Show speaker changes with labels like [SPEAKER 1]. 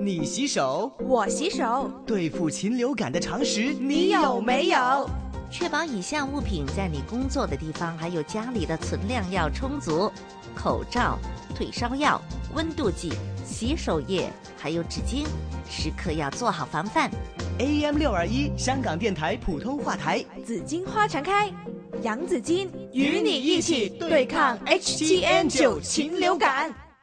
[SPEAKER 1] 你洗手，
[SPEAKER 2] 我洗手，
[SPEAKER 1] 对付禽流感的常识
[SPEAKER 2] 你有没有？
[SPEAKER 3] 确保以下物品在你工作的地方还有家里的存量要充足：口罩、退烧药、温度计、洗手液，还有纸巾，时刻要做好防范。
[SPEAKER 1] ？AM 六二一香港电台普通话台，
[SPEAKER 2] 紫荆花常开，洋紫荆
[SPEAKER 1] 与你一起对抗
[SPEAKER 2] HTN 九禽流感。